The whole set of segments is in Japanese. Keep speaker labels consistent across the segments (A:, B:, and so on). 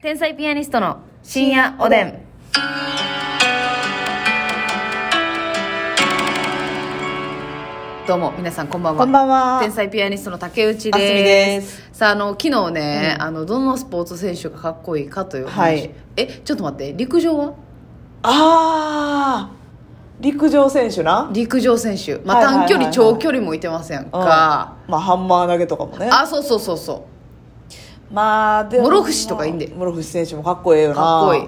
A: 天才ピアニストの深夜おでん。どうも皆さんこんばんは。
B: こんばんは
A: 天才ピアニストの竹内
B: あすみ
A: で。
B: ですす
A: さああの昨日ね、あのどのスポーツ選手がかっこいいかという話。
B: はい
A: えちょっと待って陸上は？
B: ああ陸上選手な
A: 陸上選手。まあ、
B: はいはいはいはい
A: 短距離長距離もいてません
B: うん
A: か。
B: まあハンマー投げとかもね
A: あそうそうそうそ
B: まあでも
A: 諸伏とかいいんで
B: 諸伏選手もかっこええよ
A: う
B: な
A: かっこいい。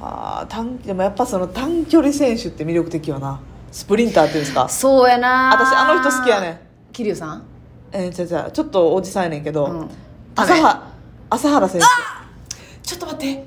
B: あー短でもやっぱその短距離選手って魅力的よなスプリンターっていうんですか
A: そうやな。
B: 私あの人好きやねん。
A: 桐生さん？
B: えー、ちゃちゃちょっとおじさんやねんけど、
A: うん
B: 朝は朝原選手
A: ちょっと待って。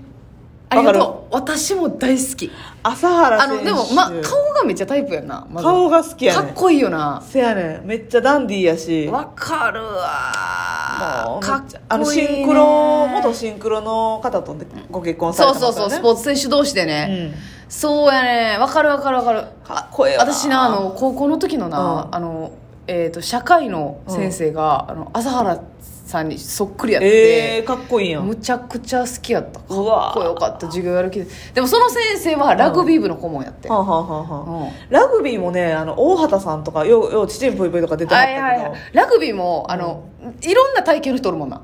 A: あ
B: わか
A: り
B: る
A: がとう。私も大好き。
B: 朝原
A: あ
B: 選手
A: の、でも、ま、顔がめっちゃタイプやんな。まず
B: 顔が好きやねん
A: かっこいいよな。
B: せやねんめっちゃダンディーやし
A: わかる
B: も
A: わ
B: う
A: か
B: めっちゃ
A: っ
B: あの
A: こいい、ね。
B: シンクロ元シンクロの方とねご結婚され
A: そう
B: た
A: そうそう、スポ
B: ー
A: ーツ選手同士でね。
B: うん
A: そうやね。わかるわかるわかる。
B: かっこええわな
A: 私な、あの、高校の時のな、
B: うん
A: あの、えっ、と、社会の先生が、あの、朝原さんにそっくりやって。
B: ええー、かっこいいやん
A: むちゃくちゃ好きやったかっ
B: うわ
A: こよかった授業やる気ででもその先生はラグビー部の顧問やって、
B: はあ、はあはあはあ
A: うん
B: ラグビーもねあの大畑さんとかようようちちんぷいぷいとか出てはっ
A: は
B: た
A: い
B: けど、
A: はいはい、ラグビーもあの、いろんな体型の人おるもんな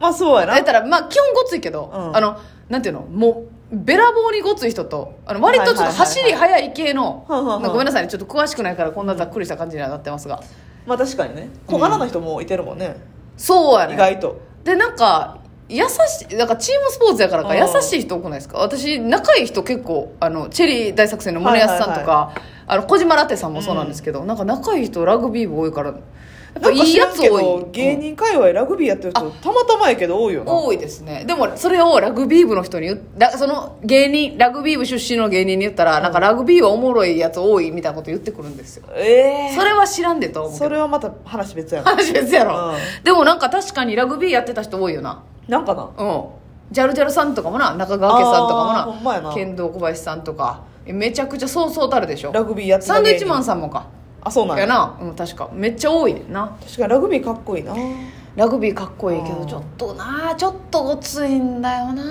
B: まあそうやな
A: だったらまあ基本ごついけど、
B: うん
A: あのなんていうのもうべらぼうにごつい人とあの割とちょっと
B: はいはいはいはい
A: 走り速い系の、
B: はあはあはあ
A: なんかごめんなさいねちょっと詳しくないからこんなざっくりした感じにはなってますが
B: まあ確かにね小柄な人もいてるもんね、
A: そうや
B: 意
A: ね
B: 外と
A: でなんか優しいなんかチームスポーツやからか
B: うん
A: 優しい人多くないですか私仲いい人結構あのチェリー大作戦の宗安さんとか、あの小島ラテさんもそうなんですけど、なんか仲いい人ラグビー部多いからやっぱいいやつ
B: なんか知
A: 多
B: らんけど
A: い
B: 芸人界隈ラグビーやってる人たまたまやけど多いよな
A: 多いですねでもそれをラグビー部の人に言っラその芸人ラグビー部出身の芸人に言ったら、なんかラグビーはおもろいやつ多いみたいなこと言ってくるんですよ
B: ええ
A: それは知らんでとは思う
B: そ
A: けど
B: れはまた話別やな
A: 話別やろ、
B: う
A: でもなんか確かにラグビーやってた人多いよな
B: なんかな
A: うんジャルジャルさんとかもな中川家さんとかも
B: あー
A: な
B: ほんまやな
A: 剣道小林さんとかえめちゃくちゃそうそうたるでしょ
B: ラグビーやってた
A: サンドイッチマン
B: 芸人
A: さんもか
B: あそうなん
A: や
B: や
A: な、うん、確かめっちゃ多いねんな
B: 確かにラグビーかっこいいな
A: ラグビーかっこいいけ
B: う
A: ど
B: ん
A: ちょっとなちょっとごついんだよな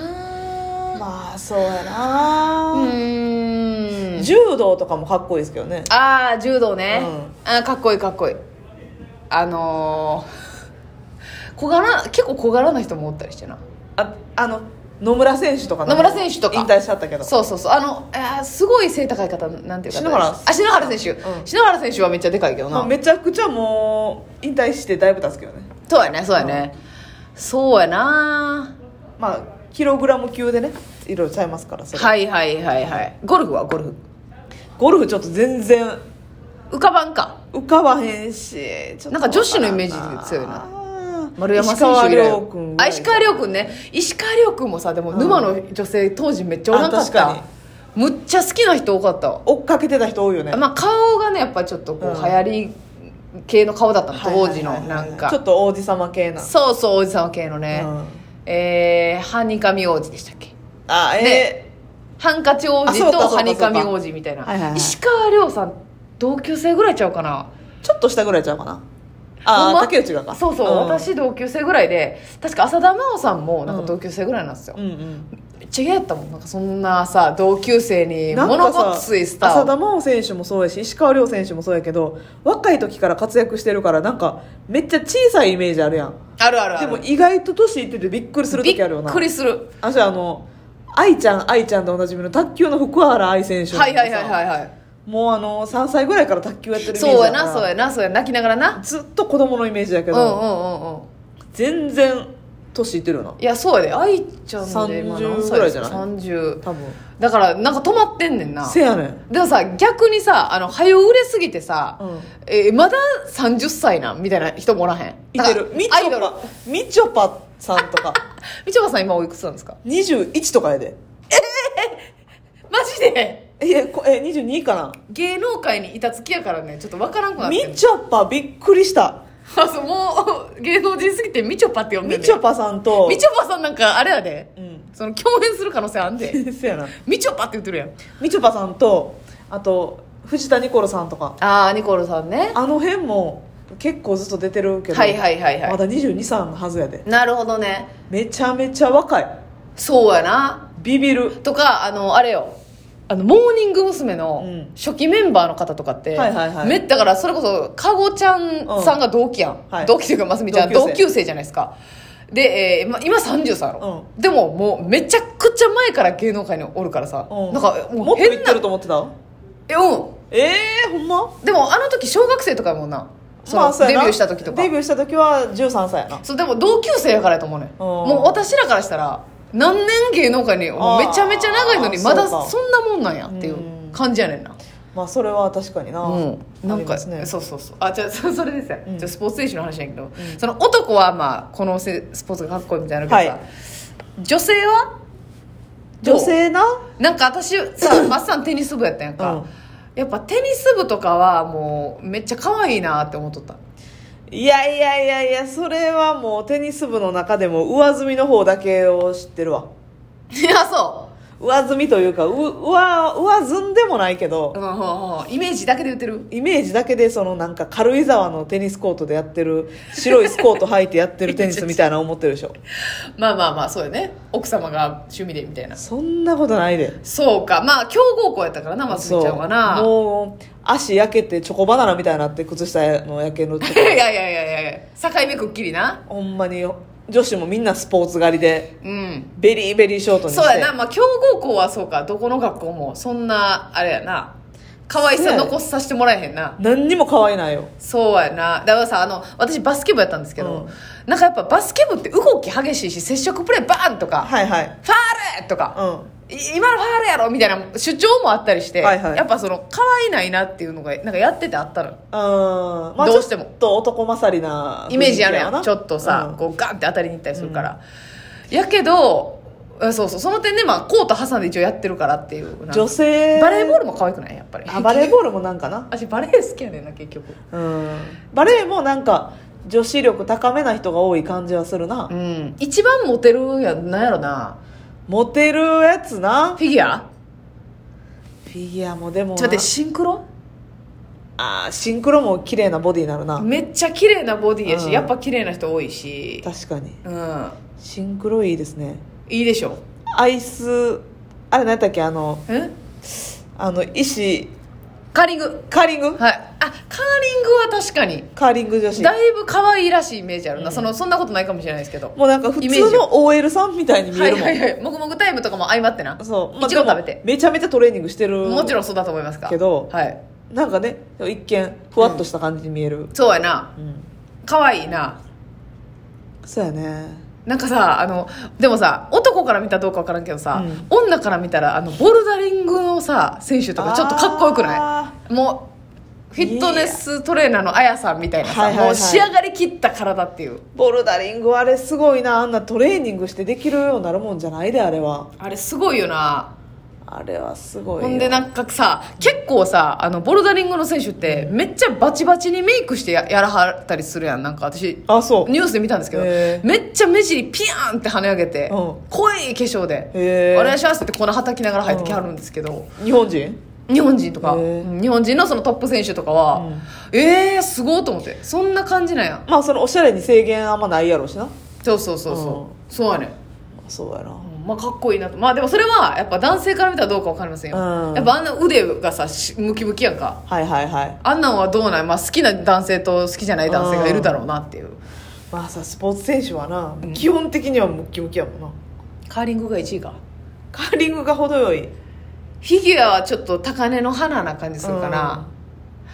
B: まあそうやな、
A: うーん
B: 柔道とかもかっこいいですけどね
A: ああ柔道ね、
B: う
A: あーかっこいいかっこいいあのー、小柄結構小柄な人もおったりしてな
B: ああの野村選手とかな
A: 野村選手とか
B: 引退しちゃったけど
A: そうそうそうあのあーすごい背高い方なんていうか
B: 篠原
A: あ篠原選手、
B: うん
A: 篠原選手はめっちゃでかいけどな、
B: まあ、めちゃくちゃもう引退してだいぶ経つけどね
A: そうやねそうやね、そうやな
B: まあキログラム級でねいろいろちゃいますからそれ、
A: はいはいはいはいゴルフはゴルフ
B: ゴルフちょっと全然
A: 浮かばんか
B: 浮かばへんしちょっと
A: なんか女子のイメージ強いな丸山
B: 石
A: 選
B: 川
A: 手以来
B: 遼君
A: あ石川遼君ね石川遼君もさでも沼の女性当時めっちゃおらんかっ
B: あ確
A: た
B: か
A: むっちゃ好きな人多かったわ
B: 追っかけてた人多いよね
A: まあ顔がねやっぱちょっとこう、
B: うん
A: 流行り系の顔だったの当時の
B: はいはいはい
A: な
B: はい
A: んか
B: ちょっと王子様系な
A: そうそうおじさん系のね、
B: うん
A: えー、ハニカミ王子でしたっけ
B: あえ
A: でハンカチ王
B: あ
A: 子
B: そうかそ
A: と
B: うか
A: ハニカミ王子みたいな、
B: はいはいはい
A: 石川遼さん同級生ぐらいちゃうかな
B: ーちょっと下ぐらいちゃうかな
A: ほ
B: あ
A: ん
B: ー
A: ま
B: 竹内がか
A: そうそう、
B: ん
A: 私同級生ぐらいで確か浅田真央さんもなんか同級生ぐらいなんですよ、
B: うんうん
A: めっちゃ嫌やったもんなんかそんなさ同級生に
B: なん
A: 物
B: か
A: ごっ
B: さ
A: ついスタ
B: 浅
A: ー
B: 田
A: を
B: 真央選手もそうやし石川遼選手もそうやけど若い時から活躍してるからなんかめっちゃ小さいイメージあるやん
A: あるあるあ
B: で
A: る
B: も意外と年いっててびっくりする
A: び
B: 時あるよ
A: っ
B: な
A: くりする
B: あじゃああの愛ちゃん愛ちゃんでおなじみの卓球の福原愛選手
A: はいはいはいはいはい
B: もうあの3歳ぐらいから卓球やってるイメージ
A: そうや
B: だから
A: なそうやなそうやな泣きながらな
B: ずっと子供のイメージだけ
A: うんう
B: ど、
A: んうんうん
B: 全然年いってるよない
A: やそうやで愛ちゃんで今
B: 30
A: 何歳
B: ぐらいじゃない
A: 30
B: 多分
A: だからなんか止まってんねんな
B: せやねん
A: でもさ逆にさあの早う売れすぎてさ、
B: うん
A: えーまだ30歳なんみたいな人もおらへん
B: いてるみ
A: み
B: ち
A: ちょアイド
B: ょ
A: ル
B: ぱみちょぱさんとか
A: みちょぱさん今おいくつなんですか
B: 21とかやで
A: マジで
B: えこえ22かな
A: 芸能界にいた月やからねちょっとわからんくなってん
B: みちょぱびっくりした
A: あ そうもう芸能人すぎてみちょぱって呼んでん
B: み
A: ねん
B: ちょぱさんと
A: みちょぱさんなんかあれやで、
B: うん
A: その共演する可能性あんで
B: せやな
A: みちょぱって言ってるやん
B: みちょぱさんとあと藤田ニコルさんとか
A: ああニコルさんね
B: あの辺も結構ずっと出てるけど
A: はいはいはいはい
B: まだ22歳のはずやで
A: なるほどね
B: めちゃめちゃ若い
A: そうやな
B: ビビる
A: とかあのあれよあのモーニング娘。
B: う
A: の
B: ん
A: 初期メンバーの方とかって、
B: はいはいはい
A: めだからそれこそかごちゃんさんが同期やん、
B: はい
A: 同期というかますみちゃん
B: 同
A: 同
B: 級生
A: 級生じゃないですかで、えーま、今30歳やろ、
B: う
A: でももうめちゃくちゃ前から芸能界におるからさ、
B: うん
A: なんか
B: も
A: も
B: っ
A: う
B: と言
A: 変
B: って
A: な
B: ると思ってた
A: えうん
B: ええほんま
A: でもあの時小学生とかやもんなその、
B: そう
A: デ
B: や
A: ビ
B: な
A: ューした時とか
B: デビューした時は13歳やな
A: そうでも同級生やからやと思うねんもう私らからしたら何年芸能界にもうめちゃめちゃ長いのに
B: あー
A: まだ
B: そうか
A: そんなもんなんやっていう
B: うん
A: 感じやねんな
B: まあそれは確かにな、
A: うん、
B: あ
A: なん
B: り
A: か、
B: ますね
A: そうそうそうあじゃあ そそれですよ、
B: うん
A: じゃあスポーツ選手の話やけど、
B: ん
A: その男はまあこのせスポーツがかっこいいみたいなのあるけどさ、
B: は
A: 女性はどう
B: 女性な
A: なんか私 さマッサンテニス部やったやんか、
B: うん
A: やっぱテニス部とかはもうめっちゃ可愛いなって思っとった
B: いやいやいやいやそれはもうテニス部の中でも上積みの方だけを知ってるわ
A: いやそ
B: 上積みというかう上上積んでもないけ
A: う、う
B: ど
A: んうんうん、イメージだけで言ってる
B: イメージだけでそのなんか軽井沢のテニスコートでやってる白いスコート履いてやってるテニスみたいな思ってるでしょ
A: まあまあまあそうやね奥様が趣味でみたいな
B: そんなことないで
A: そうかまあ強豪校やったからなますみちゃんはない
B: もう足焼けてチョコバナナみたいになって靴下の焼け の
A: やいやいやいや境目くっきりな
B: ほんまに女子もみんなスポーツ狩りで
A: うん
B: ベリーベリーショートにして
A: そうやな、まあ、強豪校はそうかどこの学校もそんなあれやな可愛
B: そう
A: さ
B: やね
A: 残させてもらえへんな
B: 何にも可愛いないよ
A: そうやなだからさあの私バスケ部やったんですけど、
B: うん
A: なんかやっぱバスケ部って動き激しいし接触プレーバーンとか、
B: はいはい
A: ファールとか、
B: う
A: い今のファールやろみたいな主張もあったりして、
B: はいはい
A: やっぱその可愛いないなっていうのがなんかやっててあったの
B: んうん、まあ、
A: どうしても
B: ちょっと男勝りな
A: イメージあるや
B: 雰囲
A: ん
B: 気
A: ちょっとさ、
B: うん
A: こうガンって当たりに行ったりするから、やけどあそうそうその点で、まあ、コート挟んで一応やってるからっていうなんか
B: 女性
A: バレーボールも可愛くないやっぱり
B: あバレーボールもなんかな、
A: 私バレー好きやねんな結局
B: うん、バレーもなんか女子力高めな人が多い感じはするな、
A: うん一番モテるやんなんやろな
B: モテるやつな
A: フィギュア
B: フィギュアもでも
A: ちょっと待
B: な
A: ってシンクロ
B: あーシンクロも綺麗なボディになるな
A: めっちゃ綺麗なボディやし、
B: うん
A: やっぱ綺麗な人多いし
B: 確かに
A: うん
B: シンクロいいですね
A: いいでしょ
B: アイスあれ何やったっけあの
A: うん
B: あの石
A: カーリング
B: カーリング
A: はいあカーリングは確かに
B: カーリング女子
A: だいぶ可愛いらしいイメージあるな、
B: うん
A: そのそんなことないかもしれないですけど
B: もうなんか普
A: イメー
B: 通
A: ジ
B: の OL さんみたいに見
A: は
B: え
A: い
B: るもん、
A: はいはいもぐもぐタイムとかも相まってな
B: そう、
A: いちご
B: でも
A: 食べて
B: めちゃめちゃトレーニングしてる
A: もちろんそうだと思いますか
B: けど
A: はい
B: なんかね一見ふわっとした感じに見える、
A: そうやな
B: うん
A: 可愛いな
B: そうやね
A: なんかさあのでもさ男から見たらどうか分からんけどさ、
B: うん
A: 女から見たらあのボルダリングのさ選手とかちょっとかっこよくな
B: あ
A: いもうフィットネストレーナーのあやさんみたいなさ、
B: はいはいはい
A: もう仕上がりきった体っていう
B: ーボルダリングはあれすごいなあんなトレーニングしてできるようになるもんじゃないであれは
A: あれすごいよな
B: あれはすごいよ
A: ほんでなんかさ結構さあのボルダリングの選手ってめっちゃバチバチにメイクしてややらはったりするやんなんか私
B: あそう
A: ニュースで見たんですけど、
B: へー
A: めっちゃ目尻ピヤーンって跳ね上げて、
B: うん
A: 濃い化粧で、
B: へー
A: お願いしますって粉はたきながら入ってきはるんですけど、
B: 日本人
A: 日本人とか、
B: へー
A: うん日本人のそのトップ選手とかは、えー、すごいと思ってそんな感じなんや
B: まあそのおしゃれに制限あんまないやろうしな
A: そうそうそうそう、そうやねん
B: そうやな
A: まあかっこいいなとまあでもそれはやっぱ男性から見たらどうかわかりませんよ、
B: うん
A: やっぱあんな腕がさしムキムキやんか
B: はいはいはい
A: あんなんはどうなん、まあ、好きな男性と好きじゃない男性がいるだろうなっていう
B: まあさスポーツ選手はな、基本的にはムッキムキやもんな
A: カーリングが1位か
B: カーリングが程よい
A: フィギュアはちょっと高嶺の花な感じするかな、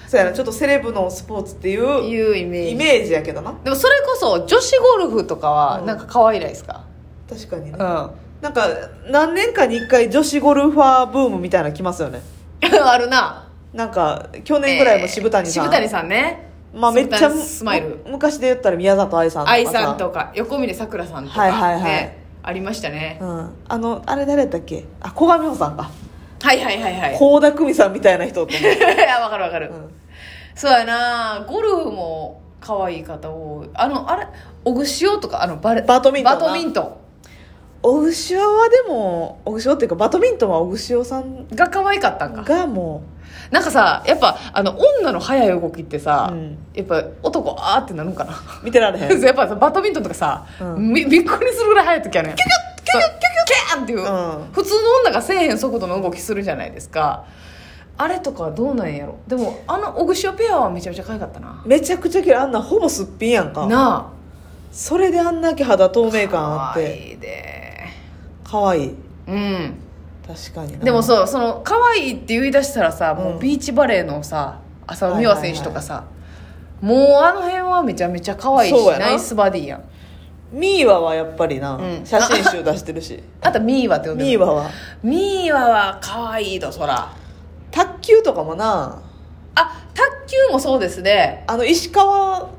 B: そうやなちょっとセレブのスポーツっていう
A: いうイメージ
B: イメージやけどな
A: でもそれこそ女子ゴルフとかは
B: うん
A: なんか可愛いないですか
B: 確かにね、
A: うんあ
B: なんか何年かに1回女子ゴルファーブームみたいなの来ますよね
A: るな
B: なんか去年ぐらいも渋谷さ
A: えー
B: ん、
A: 渋谷さんね
B: まあめっちゃ
A: 渋谷スマイル
B: む昔で言ったら宮里藍さんとか
A: 愛さんとか横峯さくらさんとか、
B: は
A: ね
B: いはいはい
A: ありましたね、
B: うん、あのあれ誰だったっけあ古賀美穂さんか
A: はいはいはい はいい
B: 倖田來未さんみたいな人と思
A: やわかるわか る、
B: う、うん
A: そうやなゴルフも可愛い方多いあのあれオグシオとかあのバレ
B: バドミントンな
A: バドミントン
B: オグシオはでもオグシオっていうかバドミントンはオグシオさん
A: が可愛かったんか
B: がも
A: なんかさやっぱあの女の速い動きってさ、
B: うん
A: やっぱ男あーってなるんかな
B: う見てられへん
A: やっぱさバドミントンとかさ、
B: うん
A: みびっくりするぐらい速い時はねキュキュッキュキュッキュキュンっていう、
B: うん
A: 普通の女がせえへん速度の動きするじゃないですかあれとかどうなんやろでもあのオグシオペアはめちゃめちゃ可愛かったな
B: めちゃくちゃ綺麗あんなほぼすっぴんやんか
A: な
B: それであんだけ肌透明
A: あ
B: 感あっ
A: 可
B: て
A: 愛いで
B: 可愛い
A: うん
B: 確かにな
A: でもそうその可愛いって言い出したらさ、もううんビーチバレーのさ浅野美和選手とかさ、もうあの辺はめちゃめちゃ可愛いし
B: そうやな
A: ナイスバディやん
B: ミーワはやっぱりな、
A: うん
B: 写真集出してるし
A: あとミーワって呼んでる
B: ミーワは
A: ミーワは可愛いとそら
B: 卓球とかもな
A: あ卓球もそうですね
B: あの石川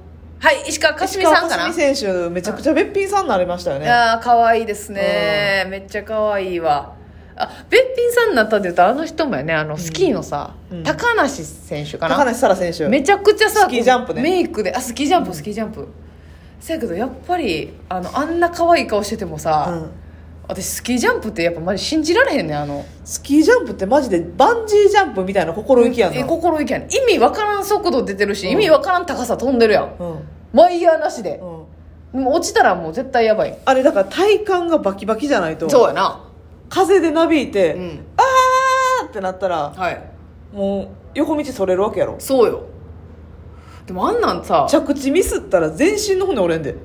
A: はい石川佳
B: 石
A: 純さん
B: 川
A: かな
B: 佳純選手めちゃくちゃべっぴんさんになりましたよ
A: い
B: ね
A: やー可愛いですね、めっちゃ可愛いわあべっぴんさんになったって言うとあの人もやねあのスキーのさ、
B: うん
A: 高梨選手かな
B: 高梨沙羅選手
A: めちゃくちゃさ
B: スキージャンプね
A: メイクであスキージャンプスキージャンプ、せやけどやっぱりあのあんな可愛い顔しててもさ、
B: うん
A: 私スキージャンプってやっぱマジ信じられへんねんあの
B: スキージャンプってマジでバンジージャンプみたいな心意気やんな、
A: え心意気やねん意味わからん速度出てるし、意味わからん高さ飛んでるやん
B: うん
A: ワイヤーなしで、
B: うん
A: もう落ちたらもう絶対やばい
B: あれだから体幹がバキバキじゃないと
A: そうやな
B: 風でなびいて、
A: うん
B: あーってなったら
A: はい
B: もう横道それるわけやろ
A: そうよでもあんなんさ
B: 着地ミスったら全身の骨折れんで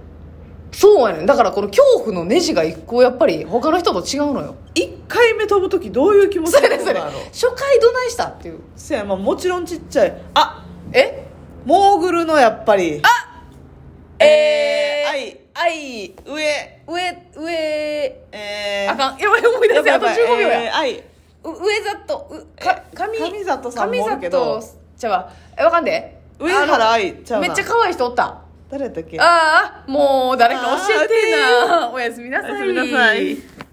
A: そうやねんだからこの恐怖のネジが一個やっぱり他の人と違うの よ
B: 1回目飛ぶ時どういう気持ち
A: それ
B: な
A: ね
B: の
A: それ
B: あの
A: 初回どないしたっていう
B: せやまあもちろんちっちゃいあ
A: え
B: モーグルのやっぱりあ
A: え
B: あいあい上
A: 上上
B: えー、
A: あかんやばい思い出
B: や
A: せ
B: ばい
A: あ
B: や
A: と15
B: ばい
A: 秒
B: え
A: や、
B: ーあい
A: う上里うか上
B: 上里さんもおるけど
A: 上里ちゃうわえわかんで
B: 上原
A: あ
B: 愛ちゃ
A: の
B: う
A: め
B: な
A: っちゃ可愛い人おった
B: 誰だったっけ
A: ああもう誰か教えてなおやすみなさい
B: おやすみなさい